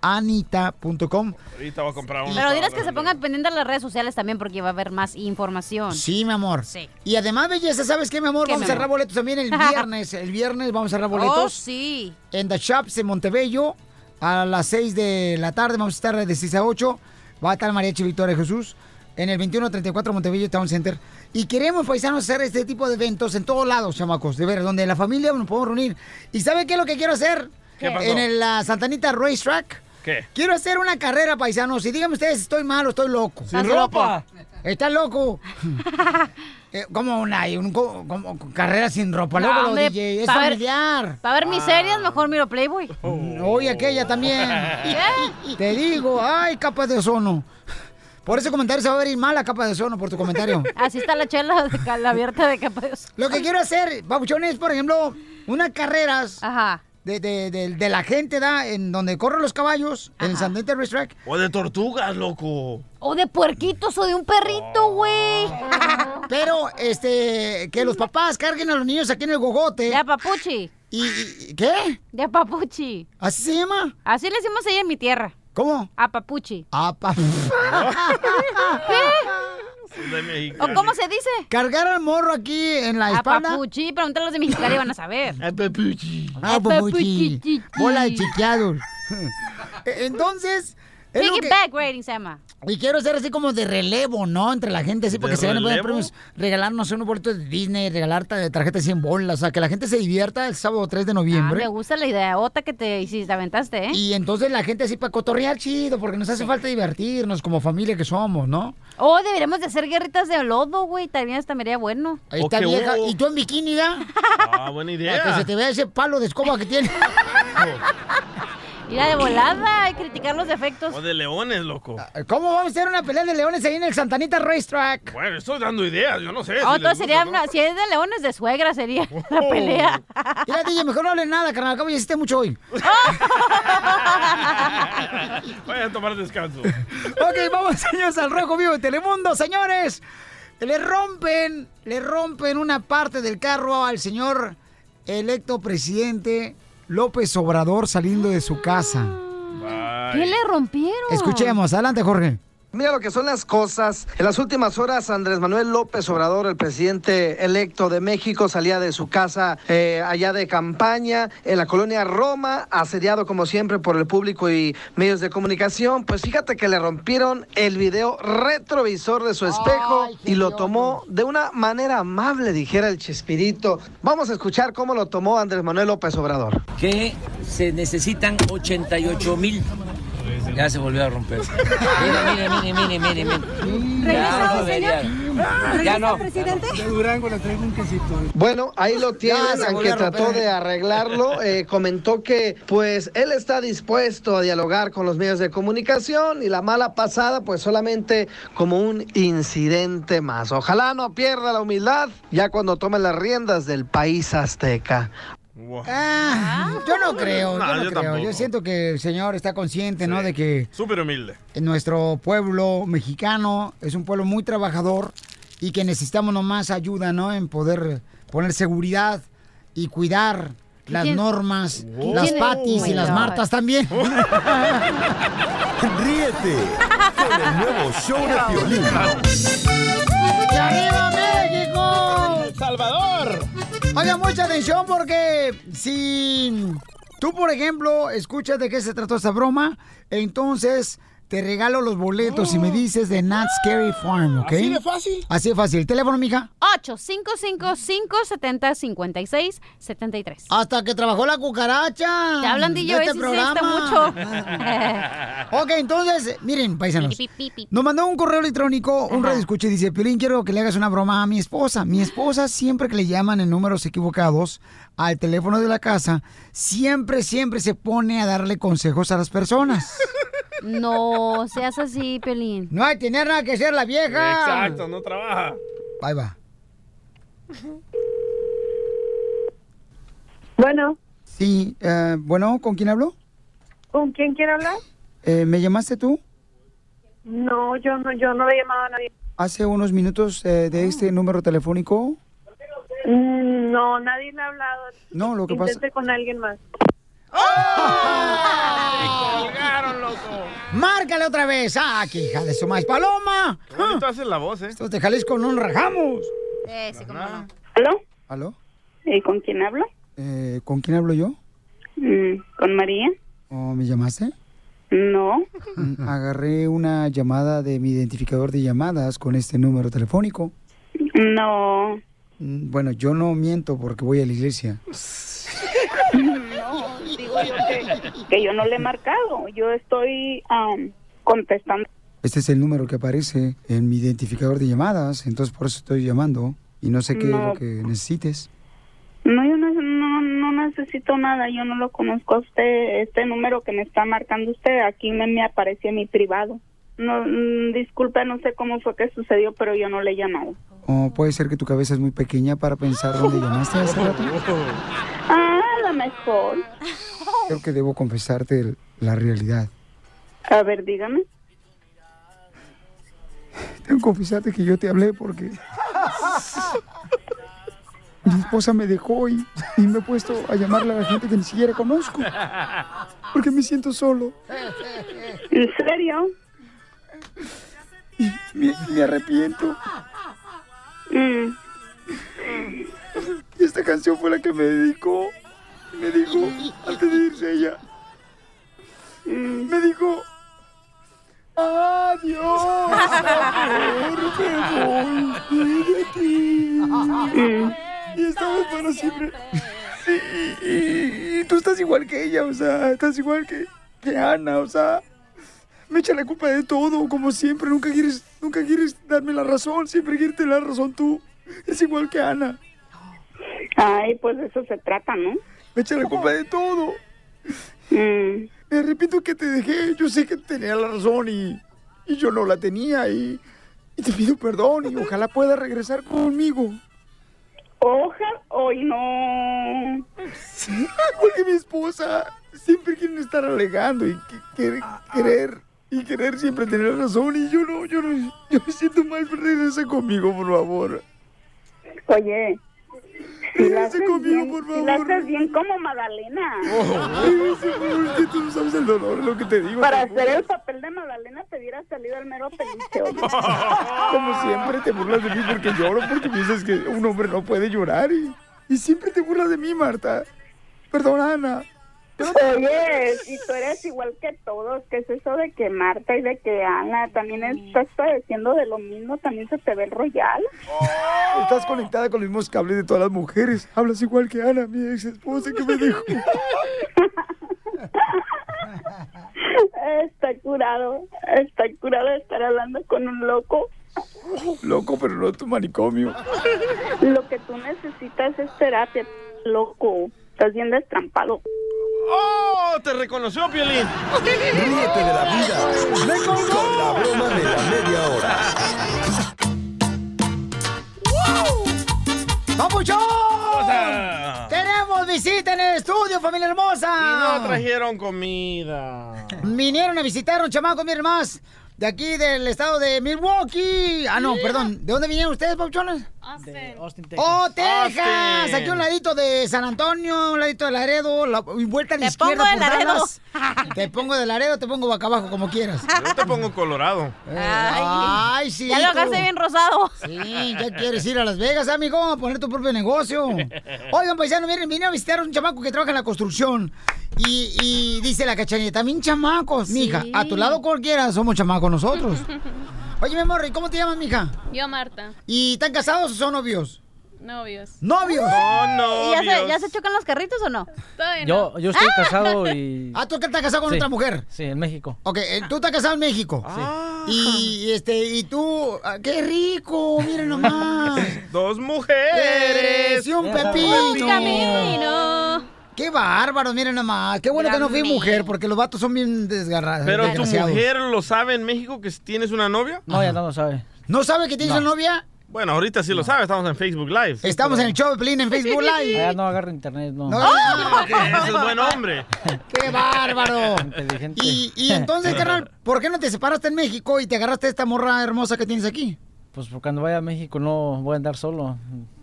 [SPEAKER 4] santaanita.com.
[SPEAKER 3] Ahorita voy a comprar uno.
[SPEAKER 6] Pero dirás que se pongan pendientes de las redes sociales también porque va a haber más información.
[SPEAKER 4] Sí, mi amor.
[SPEAKER 6] Sí.
[SPEAKER 4] Y además, belleza, ¿sabes qué, mi amor?
[SPEAKER 6] ¿Qué,
[SPEAKER 4] vamos
[SPEAKER 6] mi
[SPEAKER 4] a cerrar
[SPEAKER 6] amor?
[SPEAKER 4] boletos también el viernes. El viernes vamos a cerrar boletos.
[SPEAKER 6] Oh, sí.
[SPEAKER 4] En The Shops en Montebello a las 6 de la tarde. Vamos a estar de 6 a 8. Va a estar Mariachi Victoria Jesús en el 2134 Montebello Town Center. Y queremos, paisanos, hacer este tipo de eventos en todos lados, chamacos. De ver, donde la familia nos podemos reunir. ¿Y sabe qué es lo que quiero hacer?
[SPEAKER 3] ¿Qué pasó?
[SPEAKER 4] En el, la Santanita Racetrack.
[SPEAKER 3] ¿Qué?
[SPEAKER 4] Quiero hacer una carrera, paisanos. Y díganme ustedes si estoy mal o estoy loco.
[SPEAKER 3] Sin ropa.
[SPEAKER 4] Está loco. Eh, ¿Cómo una? Un, co- como carrera sin ropa? Luego lo DJ. Es familiar.
[SPEAKER 6] Para ver miserias, mejor miro Playboy.
[SPEAKER 4] Oye, aquella también. Te digo, ay, capa de ozono. Por ese comentario se va a ver mal la capa de ozono por tu comentario.
[SPEAKER 6] Así está la chela de cal- abierta de capa de ozono.
[SPEAKER 4] Lo que quiero hacer, Babuchón, es, por ejemplo, unas carreras De, de- de- de la gente, ¿da? En donde corren los caballos, en el San Diego Race Track.
[SPEAKER 3] O de tortugas, loco.
[SPEAKER 4] O de puerquitos o de un perrito, güey. Pero, este, que los papás carguen a los niños aquí en el gogote. Ya,
[SPEAKER 6] papuchi.
[SPEAKER 4] ¿Y, y- qué?
[SPEAKER 6] De apapuchi.
[SPEAKER 4] ¿Así se llama?
[SPEAKER 6] Así le decimos ahí en mi tierra.
[SPEAKER 4] ¿Cómo?
[SPEAKER 6] Apapuchi.
[SPEAKER 4] Apapuchi.
[SPEAKER 3] De México.
[SPEAKER 6] ¿O cómo se dice?
[SPEAKER 4] Cargar al morro aquí en la espalda.
[SPEAKER 6] Apapuchi. Pregúntale a los de Mexicali van a saber.
[SPEAKER 3] Apapuchi.
[SPEAKER 4] Apapuchi.
[SPEAKER 6] Apapuchi.
[SPEAKER 4] Ah, pues, Bola de chiqueados. E-, Entonces... es lo que-
[SPEAKER 6] Piggyback riding se llama.
[SPEAKER 4] Y quiero hacer así como de relevo, ¿no? Entre la gente, así,
[SPEAKER 6] ¿De
[SPEAKER 4] porque se van a poner
[SPEAKER 6] relevo?
[SPEAKER 4] premios, regalarnos unos boletos de Disney, regalar ta- tarjetas 100 bolas, o sea, que la gente se divierta el sábado 3 de
[SPEAKER 6] Ah,
[SPEAKER 4] noviembre.
[SPEAKER 6] me gusta la ideota que te hiciste, aventaste, ¿eh?
[SPEAKER 4] y entonces la gente así para cotorrear chido, porque nos hace falta divertirnos como familia que somos, ¿no?
[SPEAKER 6] Oh, deberíamos de hacer guerritas de lodo, güey. También estaría bueno.
[SPEAKER 3] Oh,
[SPEAKER 4] Ahí está vieja. ¿Y tú en bikini, ya?
[SPEAKER 3] Ah, buena
[SPEAKER 4] Para que se
[SPEAKER 3] idea.
[SPEAKER 4] te vea ese palo de escoba que tiene.
[SPEAKER 6] Mira, de volada, hay que criticar los defectos.
[SPEAKER 3] O de leones, loco.
[SPEAKER 4] ¿Cómo vamos a hacer una pelea de leones ahí en el Santanita Racetrack?
[SPEAKER 3] Bueno, estoy dando ideas, yo no sé.
[SPEAKER 6] Oh,
[SPEAKER 3] si les
[SPEAKER 6] entonces sería,
[SPEAKER 3] gusta, ¿no?
[SPEAKER 6] una- si es de leones, de suegra sería
[SPEAKER 3] Oh.
[SPEAKER 6] la pelea.
[SPEAKER 4] Mira, DJ, mejor no hables nada, carnal. Acabo ya hiciste mucho hoy.
[SPEAKER 3] Vaya a tomar descanso.
[SPEAKER 4] Ok, vamos, señores, al Rojo Vivo de Telemundo, señores. Le rompen, le rompen una parte del carro al señor electo presidente López Obrador saliendo de su casa.
[SPEAKER 2] Ah,
[SPEAKER 6] ¿Qué le rompieron?
[SPEAKER 4] Escuchemos, adelante, Jorge.
[SPEAKER 10] Mira lo que son las cosas. En las últimas horas, Andrés Manuel López Obrador, el presidente electo de México, salía de su casa eh, allá de campaña en la colonia Roma, asediado como siempre por el público y medios de comunicación. Pues fíjate que le rompieron el video retrovisor de su espejo y lo tomó de una manera amable, dijera el Chespirito. Vamos a escuchar cómo lo tomó Andrés Manuel López Obrador.
[SPEAKER 11] que se necesitan 88 mil. Ya se volvió a romper. Mire, mire, mire, mire, mire, mire.
[SPEAKER 10] ¿Regresa,
[SPEAKER 11] Ya no
[SPEAKER 10] señor?
[SPEAKER 11] debería. Ya no.
[SPEAKER 10] Bueno, ahí lo
[SPEAKER 11] Ya
[SPEAKER 10] tienen,
[SPEAKER 11] se
[SPEAKER 10] aunque
[SPEAKER 11] volvió a romper.
[SPEAKER 10] trató de arreglarlo, eh, comentó que pues él está dispuesto a dialogar con los medios de comunicación y la mala pasada pues solamente como un incidente más. Ojalá no pierda la humildad ya cuando tome las riendas del país azteca.
[SPEAKER 4] Ah, yo no creo,
[SPEAKER 3] No,
[SPEAKER 4] yo no
[SPEAKER 3] yo
[SPEAKER 4] creo.
[SPEAKER 3] tampoco.
[SPEAKER 4] Yo siento que el señor está consciente, ¿no? De que
[SPEAKER 3] Súper humilde.
[SPEAKER 4] nuestro pueblo mexicano es un pueblo muy trabajador y que necesitamos nomás ayuda, ¿no? En poder poner seguridad y cuidar las
[SPEAKER 2] ¿Quién-
[SPEAKER 4] normas,
[SPEAKER 2] quién-
[SPEAKER 4] las
[SPEAKER 2] quién-
[SPEAKER 4] patis
[SPEAKER 2] Oh
[SPEAKER 4] y
[SPEAKER 2] my
[SPEAKER 4] las
[SPEAKER 2] God.
[SPEAKER 4] martas también.
[SPEAKER 2] Ríete con el nuevo show de Piolín.
[SPEAKER 4] ¡Que arriba México!
[SPEAKER 3] ¡Salvador!
[SPEAKER 4] Oiga, mucha atención porque si tú, por ejemplo, escuchas de qué se trató esta broma, entonces te regalo los boletos y me dices de Not Scary Farm, ¿ok?
[SPEAKER 6] Oh. ¿Así de fácil?
[SPEAKER 4] Así de fácil. ¿Teléfono, mija?
[SPEAKER 6] 855-570-5673.
[SPEAKER 4] Hasta que trabajó la cucaracha.
[SPEAKER 6] Te hablan
[SPEAKER 4] de
[SPEAKER 6] DJ,
[SPEAKER 4] este
[SPEAKER 6] sí se
[SPEAKER 4] programa.
[SPEAKER 6] está mucho.
[SPEAKER 4] Ok, entonces, miren, paisanos.
[SPEAKER 6] Pi, pi, pi, pi.
[SPEAKER 4] Nos mandó un correo electrónico, un radio escucha y dice, Piolín, quiero que le hagas una broma a mi esposa. Mi esposa siempre que le llaman en números equivocados al teléfono de la casa, siempre, siempre se pone a darle consejos a las personas.
[SPEAKER 6] No seas así, Pelín.
[SPEAKER 4] No hay tener nada que hacer la vieja.
[SPEAKER 3] Exacto, no trabaja.
[SPEAKER 4] Ahí va.
[SPEAKER 12] Bueno.
[SPEAKER 4] Sí, eh, bueno, ¿con quién hablo?
[SPEAKER 12] ¿Con quién quiere hablar?
[SPEAKER 4] Eh, ¿Me llamaste tú?
[SPEAKER 12] No, yo no, yo no le he llamado a nadie.
[SPEAKER 4] Hace unos minutos eh, de este número telefónico.
[SPEAKER 12] Mm, No, nadie le ha hablado.
[SPEAKER 4] No, lo que pasa...
[SPEAKER 12] Intente con alguien más.
[SPEAKER 13] ¡Oh!
[SPEAKER 4] Márcale otra vez. Ah, qué hija de su maíz. Paloma.
[SPEAKER 3] Tú haces la voz, ¿eh?
[SPEAKER 4] Estos de Jalisco no nos rajamos.
[SPEAKER 6] Eh, sí, cómo no.
[SPEAKER 13] ¿Aló?
[SPEAKER 4] ¿Aló?
[SPEAKER 13] ¿Y con quién hablo?
[SPEAKER 4] Eh, ¿Con quién hablo yo?
[SPEAKER 13] Mm, ¿Con María?
[SPEAKER 4] ¿O me llamaste?
[SPEAKER 13] No.
[SPEAKER 4] Mm, Agarré una llamada de mi identificador de llamadas con este número telefónico.
[SPEAKER 13] No.
[SPEAKER 4] Mm, Bueno, yo no miento porque voy a la iglesia.
[SPEAKER 13] No, digo yo que, que yo no le he marcado. Yo estoy am, contestando.
[SPEAKER 4] Este es el número que aparece en mi identificador de llamadas, entonces por eso estoy llamando y no sé qué es
[SPEAKER 13] No.
[SPEAKER 4] lo que necesites.
[SPEAKER 13] No, yo no, no, no necesito nada. Yo no lo conozco a usted. Este número que me está marcando usted, aquí me, me aparece en mi privado. No, mm, disculpa, no sé cómo fue que sucedió, pero yo no le he llamado.
[SPEAKER 4] ¿O puede ser que tu cabeza es muy pequeña para pensar dónde llamaste hace rato?
[SPEAKER 13] Ah, a lo mejor.
[SPEAKER 4] Creo que debo confesarte el- la realidad.
[SPEAKER 13] A ver, dígame.
[SPEAKER 4] Tengo que confesarte que yo te hablé porque mi esposa me dejó y, y me he puesto a llamarle a la gente que ni siquiera conozco. Porque me siento solo.
[SPEAKER 13] ¿En serio?
[SPEAKER 4] Y me, me arrepiento.
[SPEAKER 13] Mm.
[SPEAKER 4] Y esta canción fue la que me dedicó. Me dijo, antes de irse ella,
[SPEAKER 13] Mm.
[SPEAKER 4] me dijo,
[SPEAKER 14] Adiós, amor, me voy de
[SPEAKER 13] Mm.
[SPEAKER 14] ti. Y estamos para siempre.
[SPEAKER 4] y, y- y tú estás igual que ella, o sea, estás igual que, que Ana, o sea, me echa la culpa de todo, como siempre, nunca quieres, nunca quieres darme la razón, siempre quieres tener la razón tú, es igual que Ana.
[SPEAKER 13] Ay, pues de eso se trata, ¿no?
[SPEAKER 4] Me echa la culpa de todo.
[SPEAKER 13] Mm.
[SPEAKER 4] Me arrepiento que te dejé, yo sé que tenía la razón y, y yo no la tenía y, y te pido perdón y ojalá pueda regresar conmigo.
[SPEAKER 13] Ojalá, hoy no.
[SPEAKER 4] Porque mi esposa siempre quiere estar alegando y que- que- querer y querer siempre tener razón y yo no, yo no, yo me siento mal, pero regresa conmigo, por favor.
[SPEAKER 13] Oye. Si la haces bien,
[SPEAKER 4] por
[SPEAKER 13] si la haces bien como Magdalena.
[SPEAKER 4] que tú no sabes el dolor, lo que te digo.
[SPEAKER 13] Para
[SPEAKER 4] te juro.
[SPEAKER 13] hacer el papel de Magdalena te hubiera salido el mero peluche. oye.
[SPEAKER 4] Como siempre te burlas de mí porque lloro, porque piensas que un hombre no puede llorar y, y siempre te burlas de mí, Marta. Perdón, Ana.
[SPEAKER 13] Oye, y tú eres igual que todos, que es eso de que Marta y de que Ana también estás padeciendo de lo mismo, también se te ve el royal.
[SPEAKER 4] Estás conectada con los mismos cables de todas las mujeres. Hablas igual que Ana, mi ex esposa que me dejó.
[SPEAKER 13] Está curado, está curado de estar hablando con un loco.
[SPEAKER 4] Loco, pero no tu manicomio.
[SPEAKER 13] Lo que tú necesitas es terapia, loco. Estás bien destrampado.
[SPEAKER 3] ¡Oh! Te reconoció, Piolín.
[SPEAKER 2] Ríete de la vida.
[SPEAKER 3] ¡Me
[SPEAKER 2] Con la broma de la media hora.
[SPEAKER 4] ¡Papuchón! ¡Tenemos visita en el estudio, familia hermosa!
[SPEAKER 3] No trajeron comida.
[SPEAKER 4] Vinieron a visitar un chamaco, miren más, de aquí del estado de Milwaukee. Ah, no, perdón. ¿De dónde vinieron ustedes, papuchones?
[SPEAKER 15] Austin, Texas.
[SPEAKER 4] ¡Oh, Texas! Aquí a un ladito de San Antonio, un ladito de Laredo, la, y vuelta a la izquierda
[SPEAKER 6] pongo de
[SPEAKER 4] por
[SPEAKER 6] Laredo.
[SPEAKER 4] Dallas. Te pongo de Laredo, te pongo boca abajo, como quieras.
[SPEAKER 3] Yo te pongo colorado.
[SPEAKER 4] Ay, sí.
[SPEAKER 6] Ya lo agarraste bien
[SPEAKER 4] rosado. Sí, ya quieres ir a Las Vegas, amigo, a poner tu propio negocio. Oigan, paisano, miren, vine a visitar a un chamaco que trabaja en la construcción. Y, y dice la cachanilla, también chamacos, mija. A tu lado cualquiera somos chamacos nosotros. Oye, mi amor, ¿y cómo te llamas, mija?
[SPEAKER 16] Yo, Marta.
[SPEAKER 4] ¿Y están casados o son novios?
[SPEAKER 16] Novios.
[SPEAKER 4] ¡Novios!
[SPEAKER 6] Oh, ¿Y ya se, ya se chocan los carritos o no?
[SPEAKER 16] Todavía
[SPEAKER 15] Oh, Yo, yo estoy
[SPEAKER 6] Ah.
[SPEAKER 15] casado y...
[SPEAKER 4] Ah, ¿tú que estás casado con
[SPEAKER 15] Sí.
[SPEAKER 4] otra mujer?
[SPEAKER 15] Sí, en México.
[SPEAKER 4] Ok, eh, tú estás casado en México. Y, y este, y tú, ah, qué rico, miren nomás.
[SPEAKER 3] Dos mujeres.
[SPEAKER 4] Y un pepino.
[SPEAKER 3] Un
[SPEAKER 4] Qué bárbaro, miren nomás. Qué bueno que no fui
[SPEAKER 3] Grande.
[SPEAKER 4] mujer, porque los vatos son bien desgarrados.
[SPEAKER 3] Pero tu
[SPEAKER 4] desgraciados.
[SPEAKER 3] mujer lo sabe en México que tienes una novia?
[SPEAKER 15] No, ya no lo sabe.
[SPEAKER 4] ¿No sabe que tienes
[SPEAKER 3] No.
[SPEAKER 4] una novia?
[SPEAKER 3] Bueno, ahorita sí lo sabe, estamos en Facebook Live.
[SPEAKER 4] Estamos en el show de Pelín en Facebook Live.
[SPEAKER 15] Allá Ah, no agarro internet, no.
[SPEAKER 4] No.
[SPEAKER 3] Ah, Ese es buen hombre.
[SPEAKER 4] ¡Qué bárbaro!
[SPEAKER 15] Inteligente.
[SPEAKER 4] Y, y entonces, carnal, ¿por qué no te separaste en México y te agarraste a esta morra hermosa que tienes aquí?
[SPEAKER 15] Pues porque cuando vaya a México no voy a andar solo.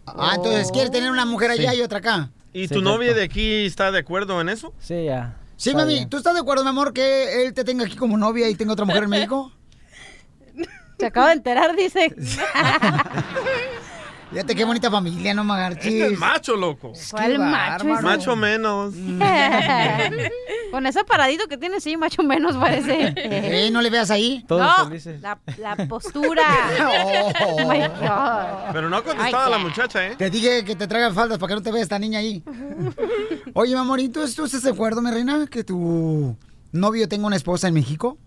[SPEAKER 4] Ah, entonces quieres tener una mujer allá
[SPEAKER 15] Sí.
[SPEAKER 4] y otra acá.
[SPEAKER 3] ¿Y
[SPEAKER 15] Sí,
[SPEAKER 3] tu novia
[SPEAKER 15] cierto.
[SPEAKER 3] de aquí está de acuerdo en eso?
[SPEAKER 15] Sí, ya.
[SPEAKER 4] Sí, mami, ¿tú estás de acuerdo, mi amor, que él te tenga aquí como novia y tenga otra mujer en México?
[SPEAKER 6] Se acaba de enterar, dice.
[SPEAKER 4] Fíjate qué bonita familia, no
[SPEAKER 3] Este es
[SPEAKER 4] magarchis.
[SPEAKER 3] macho, loco.
[SPEAKER 6] ¿Cuál Qué macho bárbaro. es?
[SPEAKER 3] Macho menos.
[SPEAKER 4] Mm.
[SPEAKER 6] Con ese paradito que tiene, sí, macho menos parece.
[SPEAKER 4] Eh, ¿no le veas ahí?
[SPEAKER 6] Todos No,
[SPEAKER 3] felices.
[SPEAKER 6] La, la postura.
[SPEAKER 4] Oh.
[SPEAKER 6] Oh my God.
[SPEAKER 3] Pero no ha contestado
[SPEAKER 6] Ay,
[SPEAKER 3] la
[SPEAKER 6] qué.
[SPEAKER 3] muchacha, ¿eh?
[SPEAKER 4] Te dije que te traigan faldas para que no te vea esta niña ahí. Oye, mi amor, ¿y tú, tú estás de acuerdo, mi reina, que tu novio tenga una esposa en México?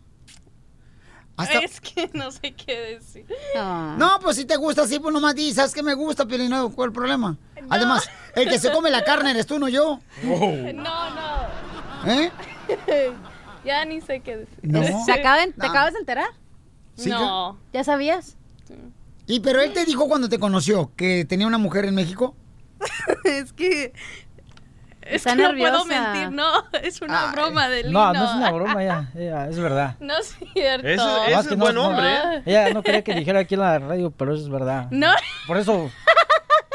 [SPEAKER 4] Hasta-
[SPEAKER 16] Es que no sé qué decir.
[SPEAKER 6] Ah.
[SPEAKER 4] No, pues si te gusta, sí, pues nomás di, ¿sabes qué me gusta, Piolino? ¿Cuál es el problema? Además, el que se come la carne eres tú, no yo.
[SPEAKER 16] Oh. No, no.
[SPEAKER 4] ¿Eh?
[SPEAKER 16] ya ni sé qué decir.
[SPEAKER 4] No.
[SPEAKER 6] ¿Te, acaban- te
[SPEAKER 4] No. Ah,
[SPEAKER 6] acabas de enterar?
[SPEAKER 4] ¿Sí,
[SPEAKER 16] No.
[SPEAKER 6] ¿Ya sabías?
[SPEAKER 4] ¿Y pero él te dijo cuando te conoció que tenía una mujer en México?
[SPEAKER 16] es que. Es
[SPEAKER 6] Está
[SPEAKER 16] que no
[SPEAKER 6] nerviosa.
[SPEAKER 16] puedo mentir, no. Es una broma de Lino.
[SPEAKER 15] No, no es una broma, ya, ya, es verdad.
[SPEAKER 16] No es ¿eh? cierto. Ah.
[SPEAKER 15] Más que no, no. Ella no quería que dijera aquí en la radio, pero eso es verdad.
[SPEAKER 16] No.
[SPEAKER 15] Por eso,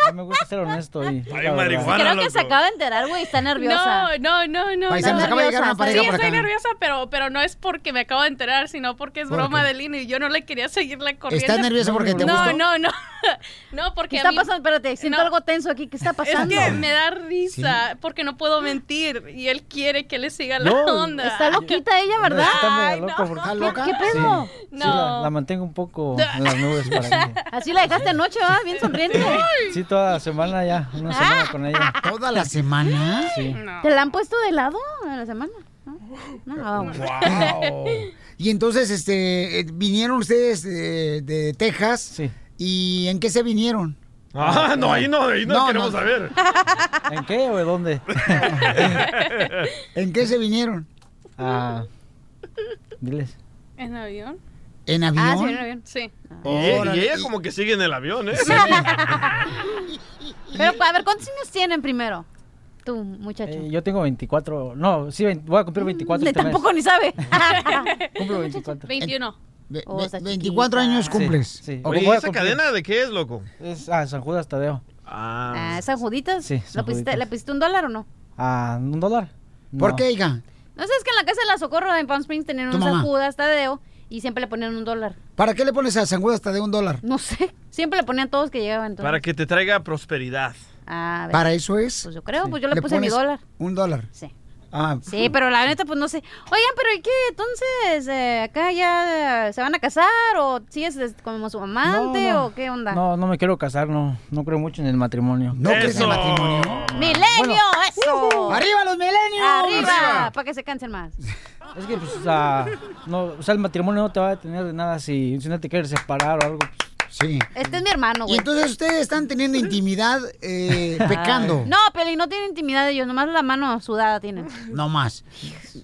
[SPEAKER 15] a mí me gusta ser honesto y... la verdad.
[SPEAKER 6] Creo que se acaba de enterar, güey, está nerviosa.
[SPEAKER 16] No, no, no, no.
[SPEAKER 15] Paisano, se acaba de llegar una pareja
[SPEAKER 16] sí,
[SPEAKER 15] por
[SPEAKER 16] estoy
[SPEAKER 15] acá.
[SPEAKER 16] nerviosa, pero, pero no es porque me acabo de enterar, sino porque es
[SPEAKER 4] ¿Por
[SPEAKER 16] broma
[SPEAKER 4] qué?
[SPEAKER 16] de Lino y yo no le quería seguir la corriente.
[SPEAKER 4] ¿Estás nerviosa porque te
[SPEAKER 16] No,
[SPEAKER 4] gustó?
[SPEAKER 16] no, no. No, porque
[SPEAKER 6] ¿Qué
[SPEAKER 16] a
[SPEAKER 6] está
[SPEAKER 16] mí-
[SPEAKER 6] pasando? Espérate, siento algo tenso aquí. ¿Qué está
[SPEAKER 16] Es
[SPEAKER 6] pasando?
[SPEAKER 16] que me da risa porque no puedo mentir y él quiere que le siga la
[SPEAKER 15] No.
[SPEAKER 16] onda.
[SPEAKER 6] Está loquita ella,
[SPEAKER 15] No,
[SPEAKER 6] ¿verdad?
[SPEAKER 15] está media loca porque-
[SPEAKER 6] ¿Qué pedo?
[SPEAKER 15] Sí, sí, la, la mantengo un poco en las nubes para que...
[SPEAKER 6] Así la dejaste anoche, ¿va? Bien sonriente.
[SPEAKER 15] Sí, toda la semana ya,
[SPEAKER 6] Ah.
[SPEAKER 15] una semana con ella.
[SPEAKER 4] ¿Toda la semana?
[SPEAKER 15] Sí.
[SPEAKER 6] ¿Te la han puesto de lado a la semana? No, no vamos.
[SPEAKER 4] Y entonces, este, eh, vinieron ustedes eh, de Texas. ¿Y en qué se vinieron?
[SPEAKER 3] Ah, no, ahí no, ahí no, queremos
[SPEAKER 4] no.
[SPEAKER 3] saber.
[SPEAKER 15] ¿En qué o de dónde?
[SPEAKER 4] ¿En qué se vinieron?
[SPEAKER 15] Ah, diles.
[SPEAKER 16] ¿En avión?
[SPEAKER 4] ¿En
[SPEAKER 16] Ah, sí,
[SPEAKER 4] avión? Oh,
[SPEAKER 16] en avión. Sí.
[SPEAKER 3] Y, y ella
[SPEAKER 4] Órale.
[SPEAKER 3] como que sigue en el avión, ¿eh?
[SPEAKER 6] Pero, a ver, ¿cuántos años tienen primero? Tú, muchacho.
[SPEAKER 15] Eh, yo tengo 24, no, sí, 20 voy a cumplir 24
[SPEAKER 6] Ni
[SPEAKER 15] este mes.
[SPEAKER 6] Mm, tampoco ni sabe.
[SPEAKER 15] Cumplo 24.
[SPEAKER 16] 21.
[SPEAKER 4] Ve-
[SPEAKER 6] Oh,
[SPEAKER 4] ve-
[SPEAKER 6] está
[SPEAKER 4] 24
[SPEAKER 6] chiquita.
[SPEAKER 4] años cumples.
[SPEAKER 15] Sí, sí.
[SPEAKER 3] Oye, ¿y
[SPEAKER 15] Voy a
[SPEAKER 3] esa
[SPEAKER 15] cumplir-
[SPEAKER 3] cadena de qué es, loco?
[SPEAKER 15] Es ah, San Judas Tadeo.
[SPEAKER 6] Ah, ¿San Juditas?
[SPEAKER 15] Sí,
[SPEAKER 6] ¿La
[SPEAKER 15] San
[SPEAKER 6] pusiste,
[SPEAKER 15] Juditas.
[SPEAKER 6] ¿Le pusiste un dólar o no?
[SPEAKER 15] Ah, ¿un dólar?
[SPEAKER 4] ¿Por
[SPEAKER 15] No.
[SPEAKER 4] qué, hija?
[SPEAKER 6] No sé, es que en la casa de la Socorro en Palm Springs tenían
[SPEAKER 4] Tu
[SPEAKER 6] un San
[SPEAKER 4] mamá.
[SPEAKER 6] Judas Tadeo y siempre le ponían un dólar.
[SPEAKER 4] ¿Para qué le pones a San Judas hasta de un dólar?
[SPEAKER 6] No sé. Siempre le ponían todos que llegaban. entonces.
[SPEAKER 3] Para que te traiga prosperidad.
[SPEAKER 6] Ah, a ver.
[SPEAKER 4] ¿Para eso es?
[SPEAKER 6] Pues yo creo, pues yo le puse mi
[SPEAKER 4] pones
[SPEAKER 6] dólar.
[SPEAKER 4] ¿Un dólar?
[SPEAKER 6] Sí.
[SPEAKER 4] Ah,
[SPEAKER 6] Sí, pero la neta, pues no sé. Oigan, pero ¿y qué? Entonces, eh, ¿acá ya eh, se van a casar o sigues es como su amante
[SPEAKER 15] no.
[SPEAKER 6] o qué onda?
[SPEAKER 15] No, no me quiero casar, no, no creo mucho en el matrimonio.
[SPEAKER 4] ¿No crees en el matrimonio?
[SPEAKER 6] ¡Milenio! ¡Eso!
[SPEAKER 4] Uh-huh. ¡Arriba los milenios!
[SPEAKER 6] ¡Arriba!
[SPEAKER 15] ¡Arriba!
[SPEAKER 6] Para que se cansen más.
[SPEAKER 15] Es que, pues, o sea, no, o sea, el matrimonio no te va a detener de nada si, si no te quieres separar o algo. pues.
[SPEAKER 4] sí.
[SPEAKER 6] Este es mi hermano,
[SPEAKER 4] Y
[SPEAKER 6] güey.
[SPEAKER 4] entonces ustedes están teniendo intimidad eh, pecando.
[SPEAKER 6] No, Peli, no tiene intimidad de ellos, nomás la mano sudada tienen.
[SPEAKER 4] No más.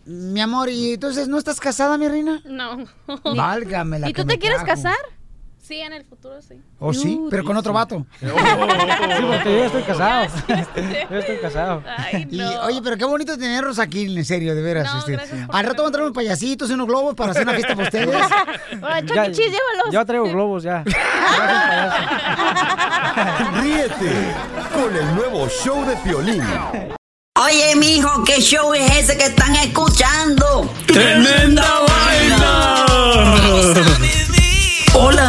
[SPEAKER 4] Mi amor, ¿y entonces no estás casada, mi reina?
[SPEAKER 16] No.
[SPEAKER 4] Válgame la
[SPEAKER 6] ¿Y tú
[SPEAKER 4] que
[SPEAKER 6] te
[SPEAKER 4] me
[SPEAKER 6] quieres
[SPEAKER 4] trajo.
[SPEAKER 6] casar?
[SPEAKER 16] Sí, en el futuro sí.
[SPEAKER 4] ¿O sí? Pero con otro vato.
[SPEAKER 15] Sí, porque yo ya estoy casado. yo estoy casado.
[SPEAKER 6] Ah.
[SPEAKER 4] Y, oye, pero qué bonito tenerlos aquí, en serio, de veras. este. Al rato van a traer unos payasitos y unos globos para hacer una fiesta para ustedes.
[SPEAKER 15] Ya- Ya traigo globos, ya.
[SPEAKER 2] Ríete con el nuevo show de Piolín.
[SPEAKER 17] Oye, mijo, ¿qué show es ese que están escuchando?
[SPEAKER 14] ¡Tremenda vaina!
[SPEAKER 17] Hola